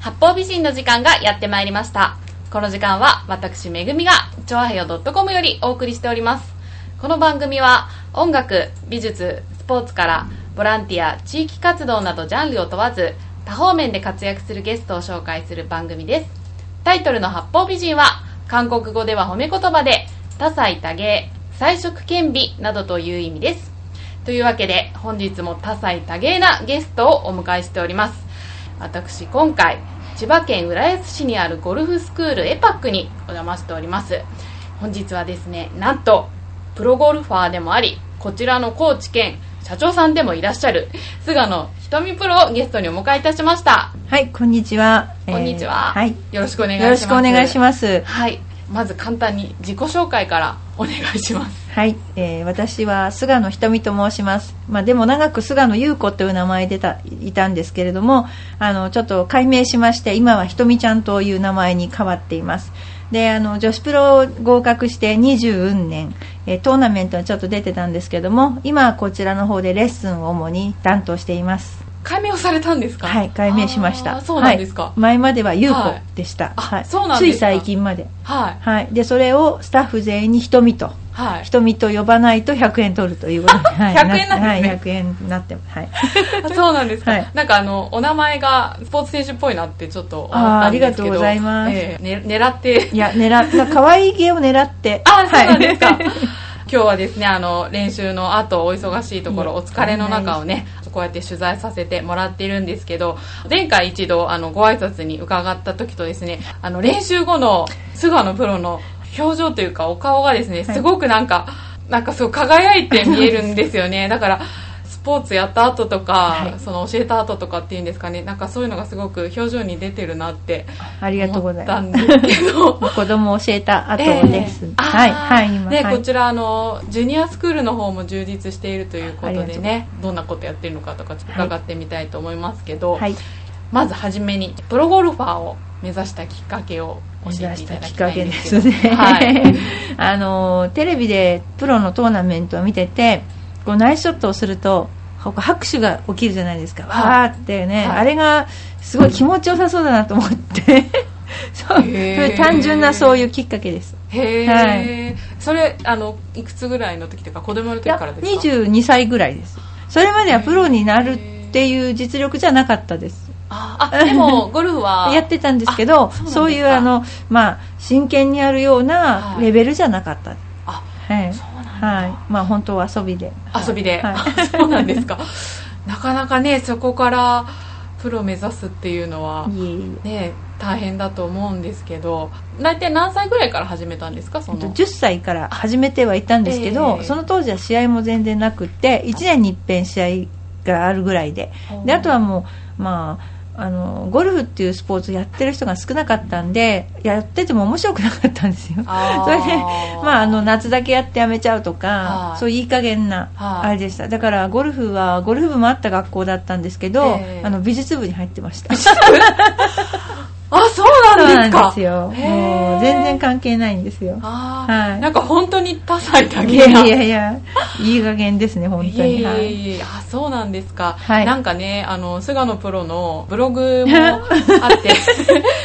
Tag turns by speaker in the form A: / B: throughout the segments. A: 八方美人の時間がやってまいりましたこの時間は私めぐみがちょあへよ .com よりお送りしておりますこの番組は音楽美術スポーツからボランティア地域活動などジャンルを問わず多方面で活躍するゲストを紹介する番組ですタイトルの八方美人は韓国語では褒め言葉で多彩多芸彩色兼美などという意味ですというわけで本日も多彩多芸なゲストをお迎えしております私今回千葉県浦安市にあるゴルフスクールエパックにお邪魔しております本日はですねなんとプロゴルファーでもありこちらの高知県社長さんでもいらっしゃる菅野瞳プロをゲストにお迎えいたしました
B: はい、こんにちは。
A: こんにちは、
B: えーはい。
A: よろしくお願いします
B: よろしくお願いします。
A: はいまず簡単に自己紹介からお願いします
B: はい、えー私は菅野瞳と申します。まあ、でも長く菅野優子という名前でたいたんですけれども、あの、ちょっと改名しまして、今は瞳ちゃんという名前に変わっています。で、あの、女子プロ合格して20年、えートーナメントはちょっと出てたんですけども、今はこちらの方でレッスンを主に担当しています。
A: 解明をされたんですか
B: はい、改名しまし
A: あー
B: た。
A: そうなんですか
B: はい、前までは優子
A: はい
B: でした。
A: あ
B: はい、
A: そうなんですか
B: つい最近まで。
A: はい
B: はい、でそれをスタッフ全員に瞳と
A: はい、
B: 瞳と呼ばないと100円取るということで、は い
A: 100円なんですね
B: はい、100円になってます、はい、
A: あ そうなんですか、
B: はい
A: なんかあのお名前がスポーツ選手っぽいなってちょっと思ったんですけど
B: あーありがとうございます
A: ええね、狙って
B: いや狙っ可愛い芸を狙って
A: あそうなんですか、
B: はい、
A: 今日はですねあの練習の後お忙しいところ
B: いえ
A: お疲れの中をねこうやって取材させてもらっているんですけど前回一度あのご挨拶に伺った時とですねあの練習後の菅野プロの表情というかお顔がですね
B: はい
A: すごくなんか、なんかすごい輝いて見えるんですよ ねだからスポーツやった後とか、
B: はい
A: その教えた後とかっていうんですかねなんかそういうのがすごく表情に出てるなって
B: ありがとう
A: 思
B: ご
A: っ
B: ざい
A: た
B: ま
A: んですけど
B: す子供を教えた後です、
A: ええ
B: はい
A: あ
B: は
A: ー
B: い今
A: で、
B: はい
A: こちらあのジュニアスクールの方も充実しているということ
B: ありが
A: で
B: とうござ
A: ねどんなことやってるのかとかちょっと伺ってみたいと思いますけど、
B: はい、
A: まずはじめにプロゴルファーを目指したきっかけを教
B: 目指
A: えてい
B: したた
A: だ
B: き
A: き
B: ったか
A: いん
B: け
A: で
B: です
A: け
B: す
A: ど
B: ね、
A: はい、
B: あのテレビでプロのトーナメントを見ててこうナイスショットをするとこう拍手が起きるじゃないですか、
A: はい
B: わーってね、
A: はい
B: あれがすごい気持ちよさそうだなと思って そうそ
A: へー
B: れ単純なそういうきっかけです
A: へえ、
B: は
A: それあのいくつぐらいの時とか子供の
B: い
A: 時
B: や
A: からですか
B: 22歳ぐらいですそれまではプロになるっていう実力じゃなかったです
A: ああで もゴルフは
B: やってたんですけど
A: あそうなん
B: そ
A: で
B: う
A: すか
B: いうあの、まあ、真剣にやるよう
A: は
B: ないレベルじゃなかった、
A: あ
B: はい
A: そうなんだ
B: はいまあ、本当遊びで
A: 遊びで、
B: はい
A: そうなんですかなかなかねそこからプロ目指すっていうのはい
B: えいえ
A: ね、大変だと思うんですけど大体何歳ぐらいから始めたんですかそ
B: えっと
A: の
B: 10歳から始めてはいたんですけ
A: え
B: ど、
A: え
B: その当時は試合も全然なくって1年に一遍試合があるぐらいでであとはもう、まあ、あのゴルフっていうスポーツやってる人が少なかったんでやってても面白くなかったんですよ。
A: あー
B: それでまあ、あの夏だけやってやめちゃうとか、
A: はい
B: そういういい加減な
A: はい
B: あれでした、だからゴルフはゴルフ部もあった学校だったんですけど、
A: ええ
B: あの美術部に入ってました
A: あそう
B: そう
A: なんで
B: な
A: す
B: ん
A: か
B: ですよ
A: へー
B: もう全然関係ないんですよ
A: あー、
B: はい
A: なんか本当に多彩だ
B: い
A: け
B: やい
A: な
B: やいや、いい加減ですね、本
A: い
B: 当
A: え
B: に。
A: い
B: は
A: え
B: い
A: いえあそうなんですか、
B: はい
A: なんかねあの菅野プロのブログも あっ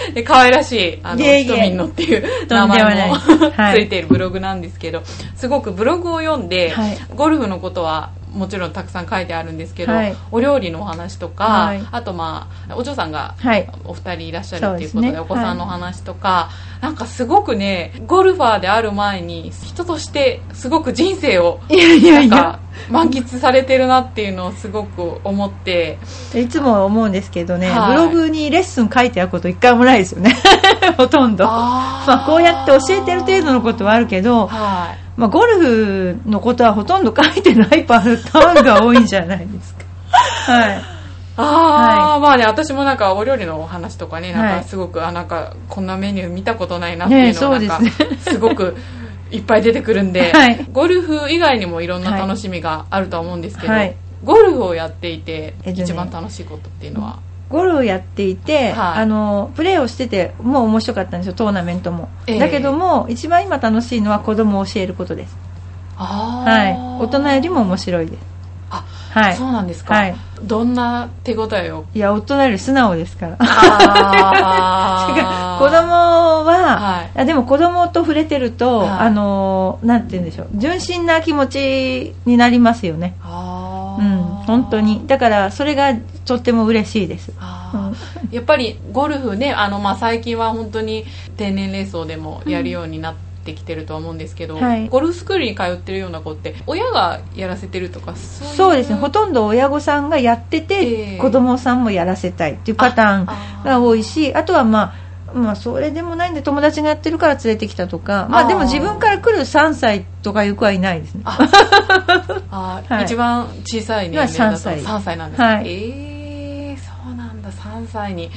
A: て で可愛らしい「あの
B: いえいえ
A: 瞳の」っていう名
B: とんでもな
A: 前
B: い
A: も
B: ですはい
A: ついているブログなんですけどすごくブログを読んで、
B: はい
A: ゴルフのことはもちろんたくさん書いてあるんですけど、
B: はい
A: お料理のお話とか、
B: はい
A: あとまあお嬢さんが
B: はい。
A: お二人いらっしゃるということ
B: そう
A: で
B: ですね
A: お子さんのお話とか、なんかすごくねゴルファーである前に人としてすごく人生を
B: いやいや
A: なん
B: いや
A: か、満喫されてるなっていうのをすごく思って
B: いつも思うんですけどね、
A: はい
B: ブログにレッスン書いてあること一回もないですよね。 ほとんど。
A: あ
B: まあ、こうやって教えてる程度のことはあるけど、
A: は
B: まあ、ゴルフのことはほとんど書いてないパターンが多いんじゃないです か。はい。
A: いああ、まあね私もなんかお料理のお話とかねなん
B: は
A: か
B: い
A: すごく、あなんかこんなメニュー見たことないなっていうのが
B: ねえ
A: なんか、
B: そうです
A: すご くいっぱい出てくるんで、
B: はい
A: ゴルフ以外にもいろんな
B: はい
A: 楽しみがあるとは思うんですけど、
B: はい
A: ゴルフをやっていて
B: えっとね
A: 一番楽しいことっていうのは、
B: ゴルフをやっていて、
A: はい
B: あのプレーをしててもう面白かったんですよトーナメントも、
A: ええ
B: だけども一番今楽しいのは子供を教えることです、
A: あ
B: はい、
A: ー
B: 大人よりも面白いです
A: あ
B: はい
A: そうなんですか、
B: はい、
A: どんな手応えを
B: いや大人より素直ですから
A: あ
B: 子供は、
A: はい
B: あでも子供と触れてると、
A: はい
B: あのなんて言うんでしょう純真な気持ちになりますよね
A: あ
B: う
A: ー
B: ん本当にだからそれがとっても嬉しいです
A: あーやっぱりゴルフねあの、まあ、最近は本当に定年齢層でもやるようになってきてるとは思うんですけど、
B: うんはい
A: ゴルフスクールに通ってるような子って親がやらせてるとかそういう
B: そうですねほとんど親御さんがやってて、
A: ええ
B: 子供さんもやらせたいっていうパターンが多いしあとはまあまあそれでもないんで友達がやってるから連れてきたとかま
A: あ
B: あ
A: ー
B: でも自分から来る3歳とかいう子はいないですね
A: あー
B: はい
A: 一番小さい年齢だと
B: 今三歳
A: 3歳なんです、
B: はい
A: えー、そうなんだ3歳に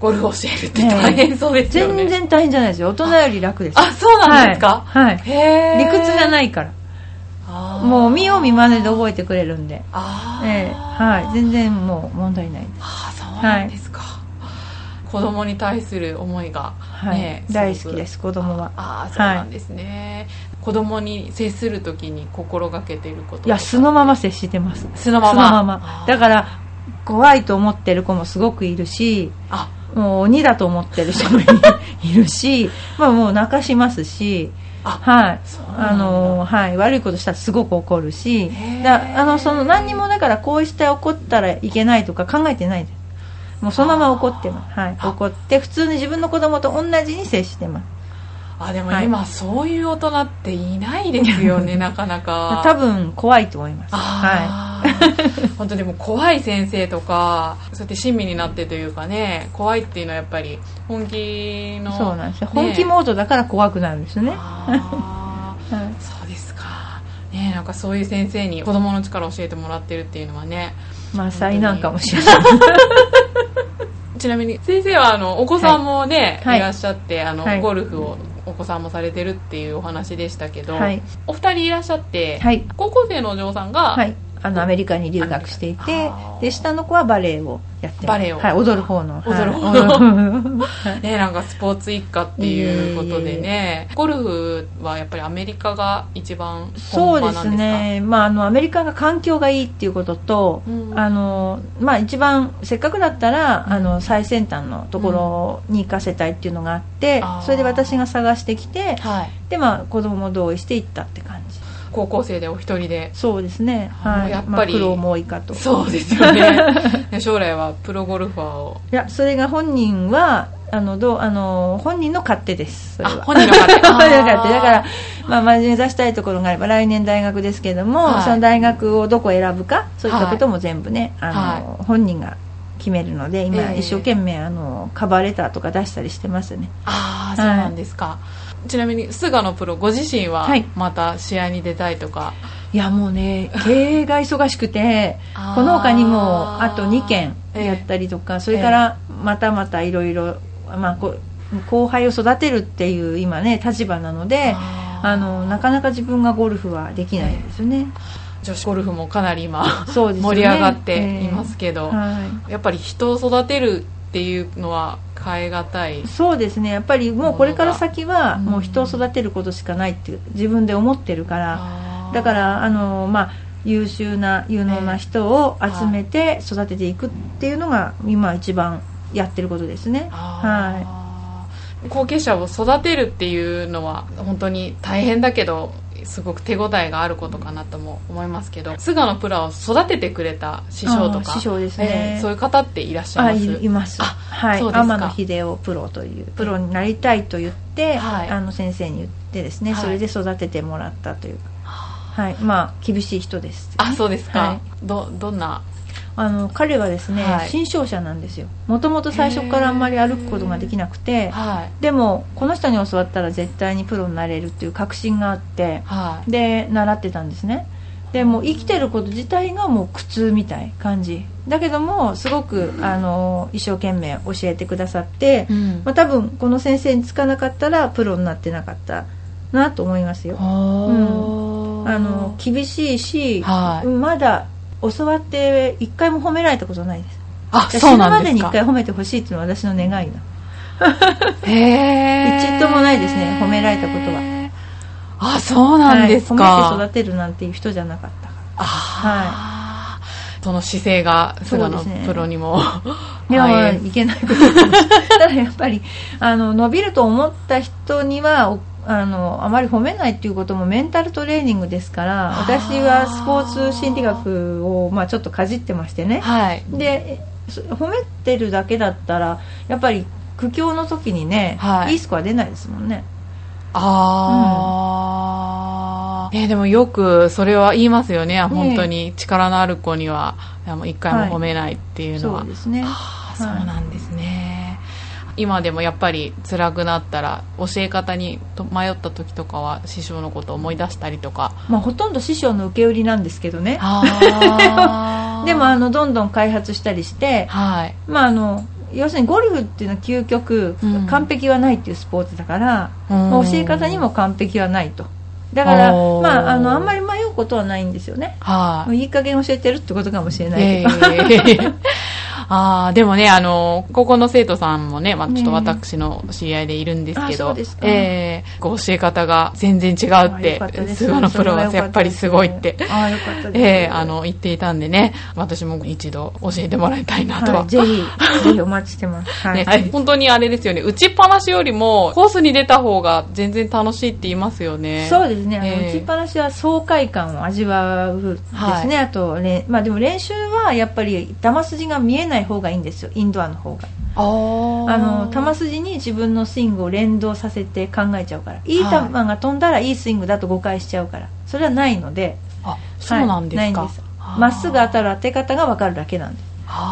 A: ゴルフを教えるって大変そうですよね
B: 全然大変じゃないですよ大人より楽です
A: あそうなんですか、
B: はい、はい
A: へ
B: 理屈じゃ
A: い
B: ないからもう見よう見まねで覚えてくれるんで
A: あー
B: ええはい、全然もう問題ないです、
A: ああそうなんですか、子供に対する思いが、
B: はい
A: ね
B: 大好きですす子供は
A: ごくああそうなんですね、子供に接するときに心がけていること
B: いや素のまま接してます
A: 素のま
B: そ
A: ま
B: のまま
A: あー
B: だから怖いと思ってる子もすごくいるし
A: あ
B: もう鬼だと思ってる人もい いるし、まあ、もう泣かしますし、
A: あ
B: はい
A: そうなんだ
B: あのはい、悪いことしたらすごく怒るし
A: へー
B: だあのその何にもだからこうして怒ったらいけないとか考えてないですもうそのまま怒ってます、はい、
A: あ
B: 怒って普通に自分の子供と同じに接してます
A: あでも
B: はい
A: 今、そういう大人っていないですよ ねなかなか
B: 多分怖いと思います、は
A: ああ、 本当でも怖い先生とかそうやって親身になってというかね怖いっていうのはやっぱり本気
B: い、
A: の
B: そうなんですよ
A: ね
B: 本気モードだから怖くなるんですよね、は
A: あー
B: い
A: そうですか。ねえ、なんかそういう先生に子供の力を教えてもらってるっていうのはね。
B: まあ災難かもしれない
A: ちなみに先生はあのお子さんもね、、
B: はいい
A: らっしゃってあの、
B: はい
A: ゴルフをお子さんもされてるっていうお話でしたけど、
B: はい
A: お二人いらっしゃって、
B: はい
A: 高校生のお嬢さんが、
B: はい、あのアメリカに留学していて
A: あー
B: で下の子はバレエをやってます
A: バレエを
B: はい、踊る方の
A: 踊る 方
B: の、はい
A: ねえ、なんかスポーツ一家っていうことでね、ゴルフはやっぱりアメリカが一番
B: そ
A: 本
B: う
A: 場
B: で
A: なんですか
B: すね、まあ、あのアメリカが環境がいいっていうことと、
A: うん
B: あのまあ、一番せっかくだったら、
A: うん
B: あの最先端のところに行かせたいっていうのがあって、
A: あー
B: それで私が探してきて
A: はい。
B: で、まあ、子供も同意して行ったって感じ
A: 高校生でお一人で。
B: そうですね、
A: あー
B: はい
A: やっぱり
B: まあ、苦労も多いかと
A: そうですよね ね。将来はプロゴルファーを
B: いやそれが本人はあのどうあの本人の勝手ですそれ
A: あ、
B: は
A: 本人の方
B: だからだから、まあ、まあ目指したいところがあれば来年大学ですけども、
A: はい
B: その大学をどこ選ぶかそういったことも全部ね、あの本人が決めるので今
A: ええ
B: 一生懸命、あのカバーレターとか出したりしてますね
A: ああそうなんですか、ちなみに菅野プロご自身は
B: はい
A: また試合に出たいとか、
B: いやもうね経営が忙しくて この他にもあと2件やったりとか、それからまたまたいろいろまあこ後輩を育てるっていう今ね立場なので
A: あー
B: あのなかなか自分がゴルフはできないんですよね、
A: 女子ゴルフもかなり今
B: そうですよね
A: 盛り上がっていますけど、
B: は
A: やっぱり人を育てるっていうのは変えがたい
B: い、そうですねやっぱりもうこれから先は
A: うん
B: もう人を育てることしかないっていう自分で思ってるからだからあの、まあ、優秀な有能な人を集めて育てていくっていうのが今一番やってることですねは
A: はい、後継者を育てるっていうのは本当に大変だけどすごく手応えがあることかなとも思いますけど菅野プラを育ててくれた師匠と
B: あー
A: か
B: 師匠ですね
A: ええそういう方っていらっしゃ
B: あ
A: います
B: いいます
A: あ
B: はい
A: そうですか
B: 天野秀夫プロというプロになりたいと言って、
A: はい
B: あの先生に言ってですね、
A: はい
B: それで育ててもらったというはいまあ厳しい人です
A: あそうですか、
B: はい
A: どどんな
B: あの彼はですね、
A: はい
B: 新商者なんですよもともと最初からあんまり歩くことができなくて
A: はい
B: でもこの人に教わったら絶対にプロになれるっていう確信があって
A: はい
B: で習ってたんですねでもう生きてること自体がもう苦痛みたい感じだけどもすごくあの一生懸命教えてくださって、
A: うん
B: まあ、多分この先生につかなかったらプロになってなかったなと思いますよ
A: うん
B: あの厳しいし、
A: はい
B: まだ教わって一回も褒められたことないです
A: あ
B: 死
A: そ
B: ぬ
A: うな
B: ま
A: ん
B: で
A: で
B: に
A: す
B: 一
A: か
B: 回褒めてほしいっていうのは私の願いだ
A: へえ
B: 一度もないですね褒められたことは
A: あそうなんですか、
B: はい、褒めて育てるなんていう人じゃなかったから
A: あーその姿勢が菅
B: そ
A: 野
B: うですね
A: プロにも
B: いや、
A: はい
B: いけないことです ただやっぱりあの伸びると思った人にはおあのあまり褒めないっていうこともメンタルトレーニングですから
A: あー
B: 私はスポーツ心理学を、まあ、ちょっとかじってましてね
A: はい
B: でえそ褒めてるだけだったらやっぱり苦境の時にね、
A: はい
B: い、いスコア出ないですもんね
A: ああ、えでもよくそれは言いますよね本当に力のある子にはあの一回も褒めないっていうの
B: そ
A: は、
B: うですね
A: ああそう
B: はい
A: なんですね、今でもやっぱり辛くなったら教え方にと迷った時とかは師匠のことを思い出したりとか
B: まあ、ほとんど師匠の受け売りなんですけど ね
A: あ
B: でもあのどんどん開発したりして、
A: はい
B: まあ、あの要するにゴルフっていうのは究極、
A: うん
B: 完璧はないっていうスポーツだから、まあ教え方にも完璧はないとだか
A: お
B: ら、
A: ー
B: まあ、あのあんまり迷うことはないんですよね
A: はい
B: いい加減教えてるってことかもしれないけ
A: ええ
B: ど、
A: ああ、でもね、あの、ここの生徒さんもね、まあ、ちょっと
B: ねえ
A: 私の知り合いでいるんですけ
B: あそ
A: ど、
B: うですか
A: ええこう教え方が全然違うっ
B: あよ
A: て
B: かた、です
A: 菅野プロはやっぱりすごいって、
B: ああよかったです、
A: ええあの、言っていたんでね、私も一度教えてもらいたいなとは
B: はい、ぜひぜひお待ちして ます、はい
A: ね本当にあれですよね、打ちっぱなしよりも、コースに出た方が全然楽しいって言いますよね。
B: そうですね、あの
A: ええ
B: 打ちっぱなしは爽快感を味わうですね、
A: はい
B: あと、ねまあ、でも練習はやっぱり球筋が見えない方がいいんですよインドアの方が
A: あー
B: あの球筋に自分のスイングを連動させて考えちゃうからいい球
A: はい
B: が飛んだらいいスイングだと誤解しちゃうからそれはないので
A: あ、そうなんですか。
B: はいないんですまっすぐ当たる当て方が分かるだけなんです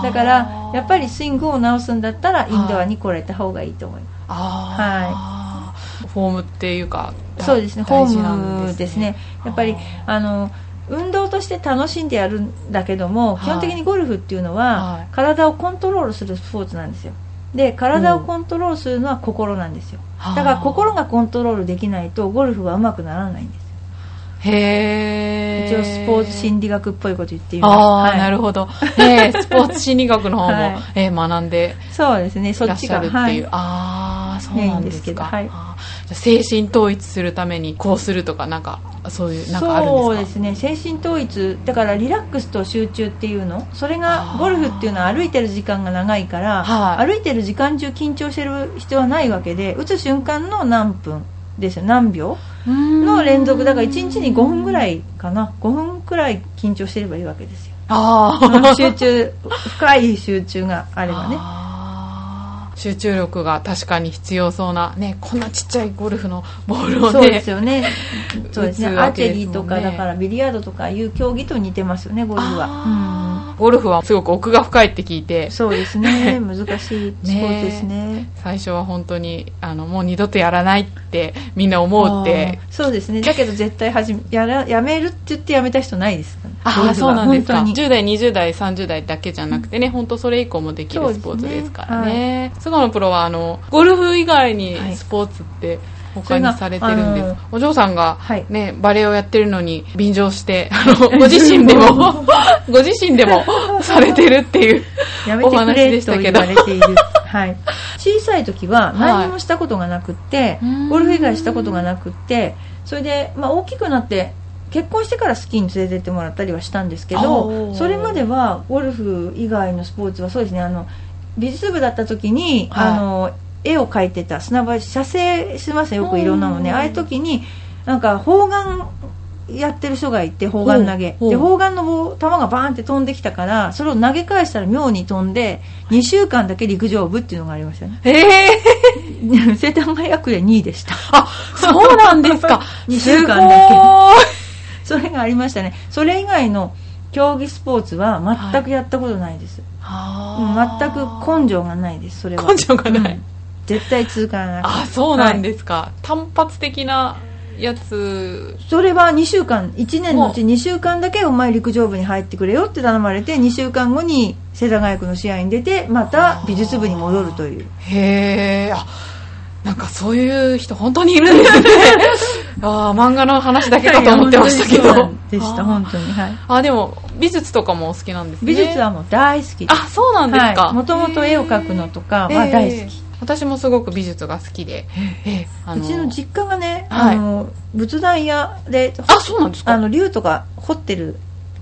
B: だからやっぱりスイングを直すんだったらインドアに来れた方がいいと思います
A: ああ、フォームっていうかだ
B: そうですね、ホ
A: 大事な
B: ー
A: ん
B: ムですね、やっぱりあの運動として楽しんでやるんだけども、
A: はい
B: 基本的にゴルフっていうのは、
A: はい
B: 体をコントロールするスポーツなんですよ、で体をコントロールするのは心なんですよ、
A: はあ
B: だから心がコントロールできないと、ゴルフはうまくならないんです、
A: へえ
B: 一応、スポーツ心理学っぽいこと言っています。
A: ああー、
B: はい
A: なるほ ど、えー、スポーツ心理学の方も、
B: はい
A: えー学んで
B: そうですね、そ
A: いら
B: っ
A: っ
B: ち
A: しゃ
B: が、
A: るっていう、
B: はい、
A: ああそうなんです
B: メインですけど
A: か
B: はい
A: あーじゃあ精神統一するためにこうするとかなんかそういうなんかあるんですか
B: そうですね精神統一だからリラックスと集中っていうのそれがゴルフっていうのは歩いてる時間が長いから、
A: はい
B: 歩いてる時間中緊張してる必要はないわけで打つ瞬間の何分ですよ何秒
A: うーん
B: の連続だから1日に5分ぐらいかな5分くらい緊張してればいいわけですよ
A: あ
B: あの
A: あ
B: 集中深い集中があればね
A: あー集中力が確かに必要そうな、ね、こんなちっちゃいゴルフのボールをね
B: そうですよねそうですね
A: 打つ
B: ア
A: わ
B: ーチ
A: け
B: ェ
A: ですもんね
B: リーとかだからビリヤードとかいう競技と似てますよねゴルフは、
A: あーゴルフはすごく奥が深いって聞い
B: うん、
A: て
B: そうですね難しいスポーツですね
A: 最初は本当にあのもう二度とやらないってみんな思うって
B: あーそうですねだけど絶対はじめやらやめるって言ってやめた人ないですから
A: あ
B: ゴ
A: あ
B: ル
A: ー
B: フ
A: そう
B: は
A: なんですか
B: 本当に
A: 10代20代30代だけじゃなくてね、本当それ以降もできるスポーツですからね菅野プロはあのゴルフ以外に
B: はい
A: スポーツって他にされてるんです、
B: それがあ
A: お嬢さんが、
B: はい
A: ね、バレエをやってるのに便乗 してあのご自身でもご自身でもされてるって いう
B: や
A: お話
B: め
A: で
B: て
A: し
B: くれ
A: た
B: と
A: け
B: 言
A: ど
B: われている、はい、小さい時は何もしたことがなくって、
A: はい
B: ゴルフ以外したことがなくってそれで、まあ、大きくなって結婚してからスキーに連れてってもらったりはしたんですけ
A: お
B: ど
A: ー
B: それまではゴルフ以外のスポーツはそうですねあの美術部だった時に、
A: はい
B: あの絵を描いてた砂場写生しますよよくいろんなのね
A: うん
B: ああいう時になんか砲丸やってる人がいて砲丸投げ
A: ほうほう
B: で砲丸の棒球がバーンって飛んできたからそれを投げ返したら妙に飛んで2週間だけ陸上部っていうのがありましたね
A: ええ
B: 生誕が約で2位でした。
A: あ、そうなんですか
B: 二週間だけそれがありましたねそれ以外の競技スポーツは全くやったことないです、うん全く根性がないですそれは
A: 根性がない
B: うん絶対続かない
A: あ、そうなんですか。単発的なやつ。
B: それは2週間1年のうち2週間だけお前陸上部に入ってくれよって頼まれて2週間後に世田谷区の試合に出てまた美術部に戻るという
A: へえ。あ、なんかそういう人本当にいるんです ね。あー漫画の話だけかと思ってましたけ
B: いやいや
A: ど
B: 本当。にそうなんでした
A: あ
B: 本当にはい
A: ーあ、でも美術とかもお好きなんですね。
B: 美術。はもう大好きです
A: あ、そうなんですか。
B: もともと絵を描くのとかは大好き
A: え、え。私もすごく美術が好きで。ええあ
B: うちの実家がね、
A: はい
B: あの仏壇屋で
A: あ、そうなんですか。
B: あの竜とか彫ってる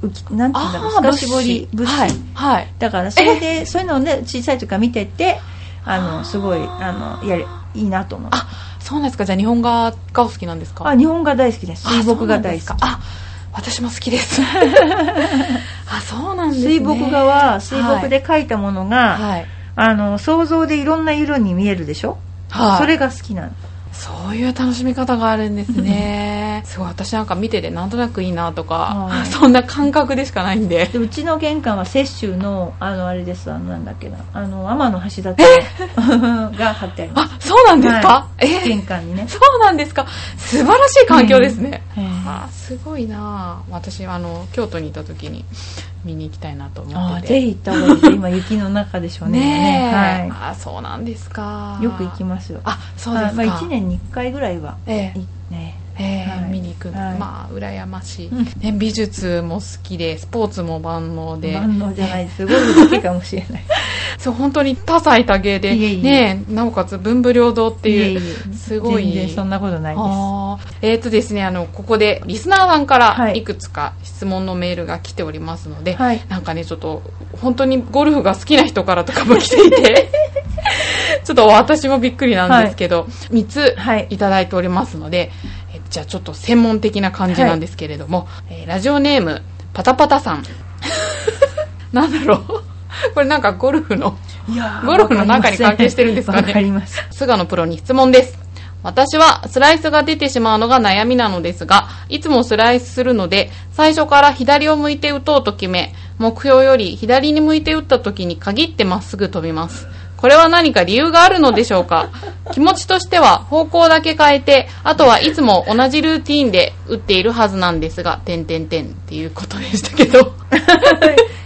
B: 浮きなんていうんだろう
A: あー
B: 透かし彫り
A: 物
B: 物
A: 資
B: 資、
A: はいはい
B: だからそれでそういうのをね小さい時から見ててあ
A: あー
B: のすごいあのやれいいなと思って
A: あそうなんですかじゃあ日本画がお好きなんですか
B: あ日本画大好きです
A: あ
B: 水墨画大好き
A: そうなんですかあ私も好きですあそうなんですね
B: 水墨画は水墨で描いたものが、
A: はい、
B: あの想像でいろんな色に見えるでしょ、
A: はい、
B: それが好きなの
A: そういう楽しみ方があるんですねすごい私なんか見ててなんとなくいいなとか、
B: は い
A: そんな感覚でしかないんで
B: でうちの玄関は雪舟のあのあれですあのなんだっけなあの天の橋立 が貼ってあります
A: あそうなんですか、え
B: 玄関にね、
A: そうなんですか素晴らしい環境ですね、
B: あ
A: あすごいなあ私あの京都にいた時に見に行きたいなと思っ
B: あ
A: てて
B: ぜひ行った方がいい です今雪の中でしょうね
A: ねえ、
B: は
A: あそうなんですか
B: い、よく行きますよ
A: あそうですか、
B: はいまあ、1年に1回ぐらいは
A: ええ
B: いね
A: えー
B: はい
A: 見に行くの、
B: はい
A: まあ羨ましい、
B: うん
A: ね、美術も好きでスポーツも万能で
B: 万能じゃないすごい好きかもしれない
A: そう本当に多彩多芸で
B: いえいえ
A: ねなおかつ文武両道っていう
B: え
A: すごい
B: 全然そんなことないです
A: あーえっ、とですねあのここでリスナーさんか
B: は
A: ら
B: い
A: いくつか質問のメールが来ておりますので、
B: はい
A: なんかねちょっと本当にゴルフが好きな人からとかも来てい てちょっと私もびっくりなんですけど、3つ
B: はい
A: いただいておりますので、えじゃあちょっと専門的な感じなんですけれども、えーラジオネームパタパタさ んなんだろうこれなんかゴルフの
B: いやー
A: ゴルフの中に関係してるんですかね
B: わかります
A: 菅野プロに質問です。私はスライスが出てしまうのが悩みなのですが、いつもスライスするので、最初から左を向いて打とうと決め、目標より左に向いて打った時に限ってまっすぐ飛びます。これは何か理由があるのでしょう か気持ちとしては方向だけ変えて、あとはいつも同じルーティーンで打っているはずなんですが、てんてんてんっていうことでしたけ ど。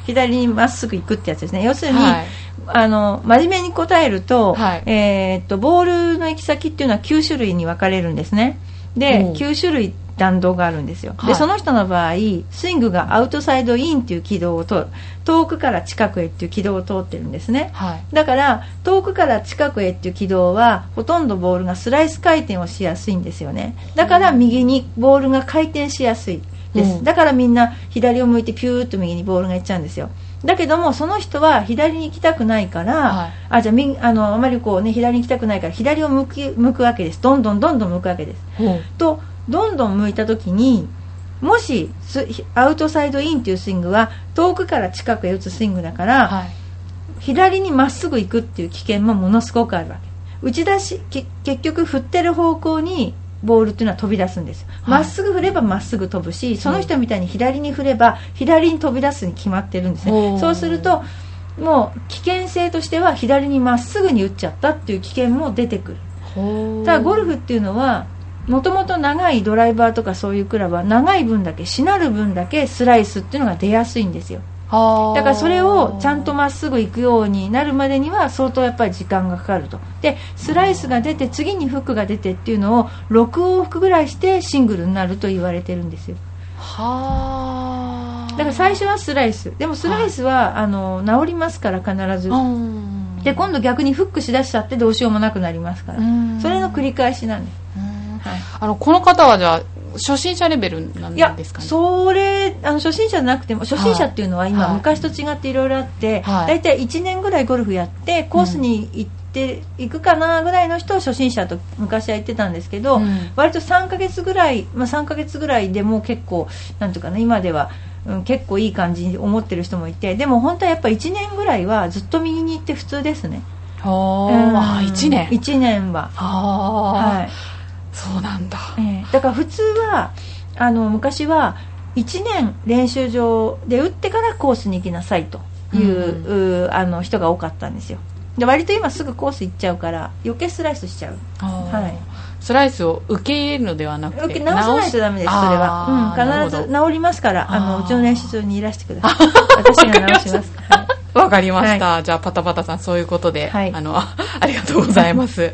B: 左にまっすぐ行くってやつですね要するに、
A: はい
B: あの真面目に答えると,、
A: はい
B: えーっとボールの行き先っていうのは9種類に分かれるんですね
A: お
B: で
A: う
B: 9種類弾道があるんですよ、
A: はい
B: でその人の場合スイングがアウトサイドインっていう軌道を通る遠くから近くへっていう軌道を通ってるんですね
A: はい。
B: だから遠くから近くへっていう軌道はほとんどボールがスライス回転をしやすいんですよねだから右にボールが回転しやすいです、
A: うん
B: だからみんな左を向いてピューッと右にボールがいっちゃうんですよだけどもその人は左に行きたくないから、
A: はい
B: あじゃあ右あのあまりこうね左に行きたくないから左を向き向くわけですどんどんどんどん向くわけですとどんどん向いた時にもしスアウトサイドインっていうスイングは遠くから近くへ打つスイングだから、
A: はい。
B: 左にまっすぐ行くっていう危険もものすごくあるわけ打ち出しけ結局振ってる方向にボールっていうのは飛び出すんですよ
A: はい
B: ま、っすぐ振ればまっすぐ飛ぶしその人みたいに左に振れば左に飛び出すに決まってるんです
A: おー
B: ねそうするともう危険性としては左にまっすぐに打っちゃったっていう危険も出てくる
A: ほう
B: ただゴルフっていうのはもともと長いドライバーとかそういうクラブは長い分だけしなる分だけスライスっていうのが出やすいんですよ
A: はー
B: だからそれをちゃんとまっすぐ行くようになるまでには相当やっぱり時間がかかるとでスライスが出て次にフックが出てっていうのを6往復ぐらいしてシングルになると言われてるんですよ
A: はあ
B: だから最初はスライスでもスライスは、あの治りますから必ず
A: うん
B: で今度逆にフックしだしちゃってどうしようもなくなりますから
A: うん
B: それの繰り返しなんです、
A: うん
B: はい
A: あのこの方はじゃあ初心者レベルなん
B: いや
A: ですかね
B: それあの初心者じゃなくても初心者っていうのは今、
A: はい
B: 昔と違っていろいろあって、
A: はい
B: 大体1年ぐらいゴルフやってコースに行っていくかなぐらいの人を初心者と昔は言ってたんですけど、
A: うん
B: 割と3ヶ月ぐらい、まあ、3ヶ月ぐらいでもう結構なんとかね今では、うん、結構いい感じに思ってる人もいてでも本当はやっぱ1年ぐらいはずっと右に行って普通ですね
A: は
B: うん
A: あ1年
B: 1年は、
A: は
B: は
A: あ
B: い
A: そうなんだ
B: ええだから普通はあの昔は1年練習場で打ってからコースに行きなさいという、
A: う
B: うあの人が多かったんですよで割と今すぐコース行っちゃうから余計スライスしちゃうは
A: はいスライスを受け入れるのではなく
B: 受
A: て
B: け直さないとダメですそれは
A: あ、ー
B: うん、必ず
A: なる
B: 治りますから
A: あー
B: あのうちの練習場にいらしてくだ さい私が直しますはい
A: ほどわかりました、じゃあパタパタさんそういうことで、
B: はい
A: あのあ ありがとうございます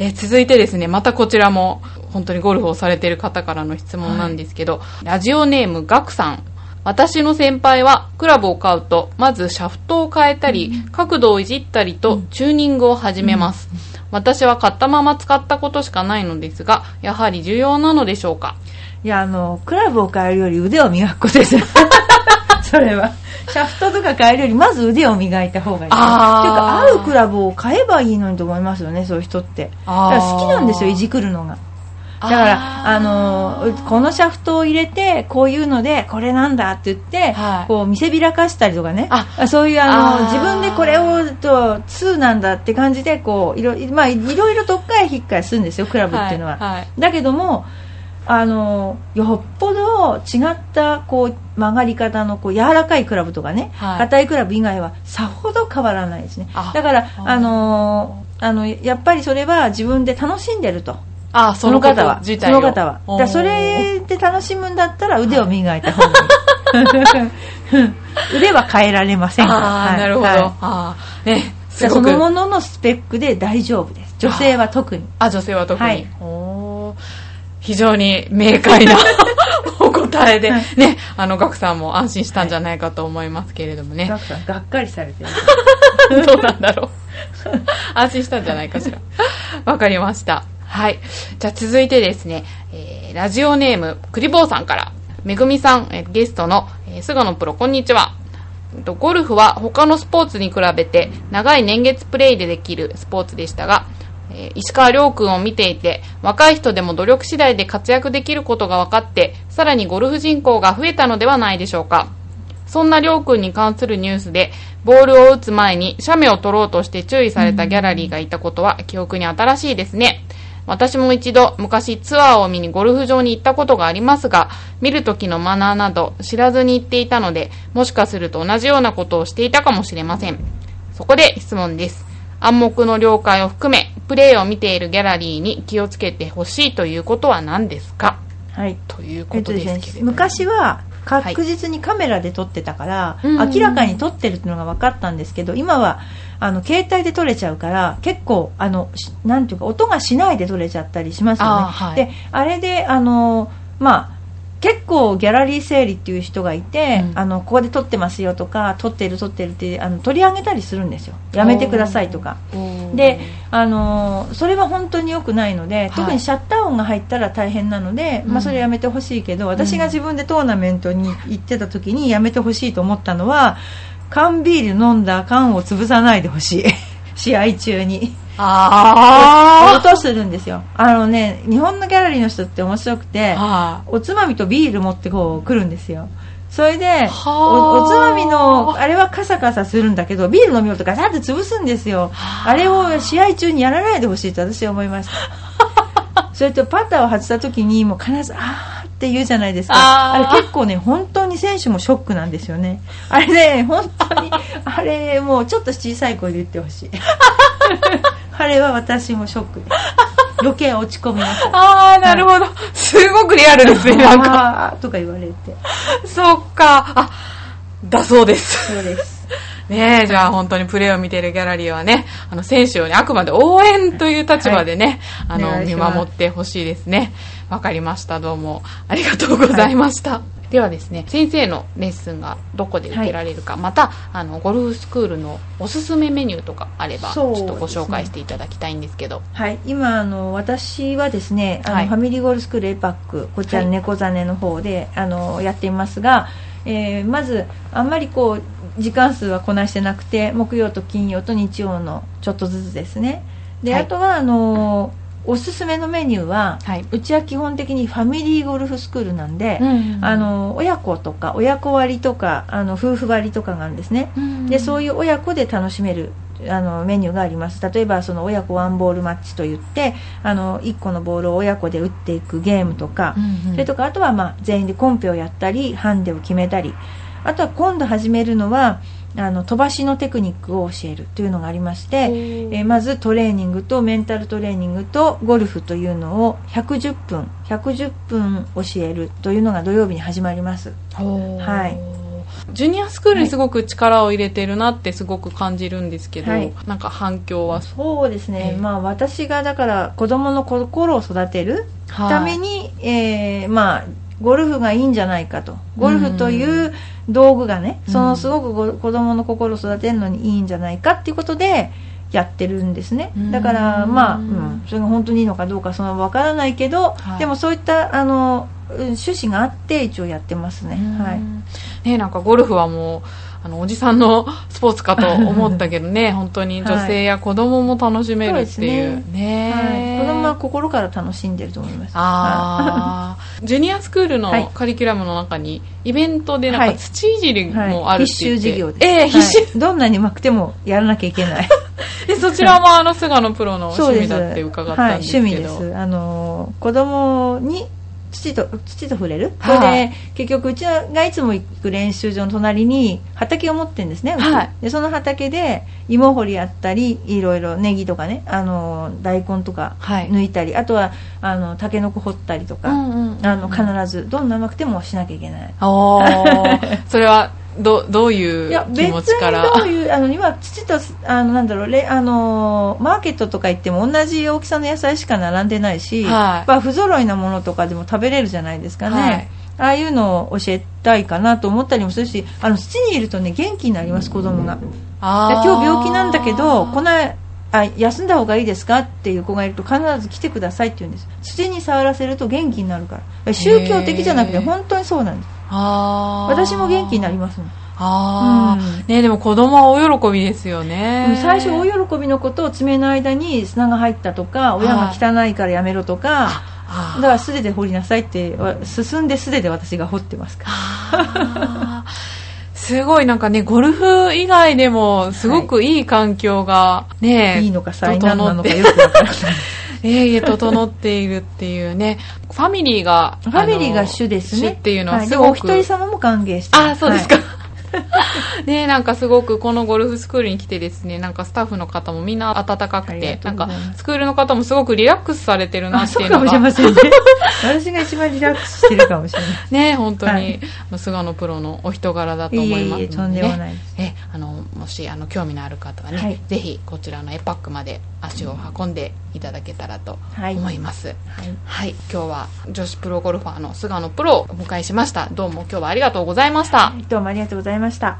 A: えー続いてですねまたこちらも本当にゴルフをされている方からの質問なんですけど、ラジオネームガクさん私の先輩はクラブを買うとまずシャフトを変えたり、角度をいじったりとチューニングを始めます、私は買ったまま使ったことしかないのですがやはり重要なのでしょうか
B: いやあのクラブを変えるより腕を磨くことです それはシャフトとか変えるよりまず腕を磨いた方がいい
A: あー
B: ていうか合うクラブを買えばいいのにと思いますよねそういう人ってだ
A: あー
B: から好きなんですよいじくるのがだからあのこのシャフトを入れてこういうのでこれなんだって言って、
A: はい
B: こう見せびらかしたりとかね
A: あ
B: そういうあの
A: あー
B: 自分でこれをと2なんだって感じでこういろ,、まあ、いろいろとっかえひっかえするんですよクラブっていうのは、
A: はいはい
B: だけどもあのよっぽど違ったこう曲がり方のこう柔らかいクラブとかね
A: はい
B: 硬、い、クラブ以外はさほど変わらないですね
A: あ
B: だから
A: あー
B: あのあのやっぱりそれは自分で楽しんでると
A: あそ
B: そ
A: の
B: の方
A: 方
B: は
A: は
B: その方はだからそれで楽しむんだったら腕を磨いた方がいい 腕は変えられませんから
A: ああ、
B: はい
A: なるほど、
B: はい
A: ああねす
B: だから
A: ご
B: そ
A: く
B: のもののスペックで大丈夫です女性は特に
A: あ女性は特に、
B: はい
A: おー非常に明快 なお答えで、
B: はい
A: ねあのガクさんも安心したんじゃないかと思いますけれどもね、
B: ガクさんがっかりされて る
A: どうなんだろう 安心したんじゃないかしらわかりましたはいじゃあ続いてですね、えーラジオネームクリボーさんからめぐみさん、えーゲストの、えー菅野プロこんにちはうんとゴルフは他のスポーツに比べて長い年月プレイでできるスポーツでしたが、えー石川遼君を見ていて若い人でも努力次第で活躍できることが分かってさらにゴルフ人口が増えたのではないでしょうかそんなりょうくんに関するニュースで、ボールを打つ前に写メを撮ろうとして注意されたギャラリーがいたことは記憶に新しいですね。私も一度昔ツアーを見にゴルフ場に行ったことがありますが、見る時のマナーなど知らずに行っていたので、もしかすると同じようなことをしていたかもしれません。そこで質問です。暗黙の了解を含め、プレーを見ているギャラリーに気をつけてほしいということは何ですか
B: はい
A: という
B: え
A: こ
B: っと
A: と
B: で
A: ですす
B: ね
A: けれども。
B: 昔は確実にカメラで撮ってたから、
A: うんうん
B: 明らかに撮ってるっていうのが分かったんですけど今はあの携帯で撮れちゃうから結構あのしなんていうか音がしないで撮れちゃったりしますよね
A: あーはい
B: であれであのまあ結構ギャラリー整理っていう人がいて、
A: うん
B: あのここで撮ってますよとか撮ってる撮ってるってあの取り上げたりするんですよやめてくださいとかであのーそれは本当に良くないので、
A: い
B: 特にシャッター音が入ったら大変なので、
A: うん
B: まあ、それやめてほしいけど、私が自分でトーナメントに行ってた時にやめてほしいと思ったのは缶ビール飲んだ缶を潰さないでほしい 試合中に
A: あ
B: 音するんですよあのね日本のギャラリーの人って面白くて
A: あ
B: おつまみとビール持ってこう来るんですよそれで
A: はあ
B: おおつまみのあれはカサカサするんだけどビール飲みようとガサって潰すんですよあれを試合中にやらないでほしいと私は思いました それとパターを外した時にもう必ずあーって言うじゃないですか
A: あー
B: あれ結構ね本当に選手もショックなんです よねあれね本当にあれもうちょっと小さい声で言ってほ しいあれは私もショックです余計落ち込みました
A: ああなるほど、すごくリアルですねなんか
B: あーとか言われて
A: そっかあだそうです
B: そうです
A: ねえじゃあ本当にプレーを見ているギャラリーはねあの選手をねあくまで応援という立場でね、
B: はいお
A: あの
B: 願い
A: 見
B: します
A: 守ってほしいですねわかりましたどうもありがとうございました、ではですね先生のレッスンがどこで受けられるか、またあのゴルフスクールのおすすめメニューとかあればち
B: そう
A: ょっ
B: ですね
A: とご紹介していただきたいんですけど
B: はい、今あの私はですねあの、
A: はい
B: ファミリーゴールスクールエパックこちら
A: はい
B: 猫座ねの方で、あのやっていますが、えーまずあんまりこう時間数はこなしてなくて木曜と金曜と日曜のちょっとずつですねで、
A: はい
B: あとはあのおすすめのメニューは、
A: はいう
B: ちは基本的にファミリーゴルフスクールなんで、あの親子とか親子割とかあの夫婦割とかがあるんですねでそう
A: い
B: いう親子で楽しめるあのメニューがあります例えばその親子ワンボールマッチといってあの1個のボールを親子で打っていくゲームとか、
A: うん、うん
B: それとかあとはまあ全員でコンペをやったりハンデを決めたりあとは今度始めるのはあの飛ばしのテクニックを教えるというのがありまして、
A: おー
B: えーまずトレーニングとメンタルトレーニングとゴルフというのを110分110分教えるというのが土曜日に始まります。は
A: はいジュニアスクールにすごく力を入れてるなってすごく感じるんですけど、
B: はい
A: なんか反響は
B: そうですね、
A: ええ
B: まあ私がだから子供の心を育てるため
A: に
B: に、えーまあゴルフがいいんじゃないかとゴルフという道具がね、
A: うん
B: そのすごくご子供の心を育てるのにいいんじゃないかっていうことでやってるんですね
A: うん
B: だからまあ、うんそれが本当にいいのかどうかそのわからないけど、
A: はい
B: でもそういったあのうん趣旨があって一応やってますね、はい、
A: ねなんかゴルフはもうあのおじさんのスポーツかと思ったけど ね本当に女性や子供も楽しめるっていう、
B: そうです
A: ね
B: はい、子供は心から楽しんでると思います
A: ああ ジュニアスクール
B: はい
A: のカリキュラムの中にイベントでなん
B: は
A: か
B: い
A: 土いじり
B: はい
A: もあるって
B: 必
A: 言
B: 修
A: って、
B: 授業です、
A: ええ必修、
B: はいどんなにうまくてもやらなきゃいけない
A: でそちらもあの菅野プロの
B: そう
A: 趣味
B: です
A: だって伺ったんですけど、
B: はい、趣味ですあのー子供に土と土と触れる、そ
A: は
B: れ
A: い
B: で結局うちがいつも行く練習場の隣に畑を持ってるんですね、うち
A: はい
B: でその畑で芋掘りやったりいろいろネギとかねあのー大根とか
A: はい
B: 抜いたり、あとはあのタケノコ掘ったりとか、
A: うんうんうん
B: あの必ずどんなうまくてもしなきゃいけない
A: おー それはどどうい
B: いや
A: う
B: 別
A: 気持ちから
B: にどういうあの今土とあのなんだろうレあのーマーケットとか行っても同じ大きさの野菜しか並んでないし、
A: はい
B: やっぱ不揃いなものとかでも食べれるじゃないですかね、
A: はい
B: ああいうのを教えたいかなと思ったりもするしあの土にいるとね元気になります子供が、
A: あー
B: いや今日病気なんだけどこのあ休んだ方がいいですかっていう子がいると必ず来てくださいって言うんです土に触らせると元気になるから宗教的じゃなくて
A: へー
B: 本当にそうなんです
A: あー
B: 私も元気になりますもん
A: ああ、ねでも子供は大喜びですよ
B: うん
A: ね
B: 最初大喜びのことを爪の間に砂が入ったとか親が汚いからやめろとか
A: あ
B: だ
A: ー
B: から素手で掘りなさいってわ進んで素手で私が掘ってますから
A: あーすごいなんかねゴルフ以外でもすごくいい環境がね、
B: いいのか災難な
A: 整
B: の
A: っ
B: か
A: て
B: よくわからない
A: ええ整っているっていうねファミリーが
B: ファミリー
A: あ
B: が
A: の
B: 主ですね
A: 主っていうの
B: は
A: はいす
B: でも
A: ご
B: お
A: く、
B: 一人様も歓迎して
A: ああそうですか、
B: はい
A: ねなんかすごくこのゴルフスクールに来てですねなんかスタッフの方もみんな温か
B: あ
A: く
B: りが
A: て
B: と
A: な
B: うんござい
A: か
B: ます
A: スクールの方もすごくリラックスされてるな
B: あ
A: って
B: そ
A: いうう
B: か
A: の
B: もし
A: が
B: れませ んね私が一番リラックスしてるかもしれない
A: ね本当に、
B: はい
A: あの菅野プロのお人柄 だと思
B: いえ
A: い
B: い
A: ますので、ね、
B: えとんでもないです
A: えあのもしあの興味のある方はね、
B: はい
A: ぜひこちらのエパックまで足を運んでいただけたらと
B: はい
A: 思います、はい
B: はい
A: 今日は女子プロゴルファーの菅野プロをお迎えしましたどうも今日はありがとうございました、
B: どうもありがとうございました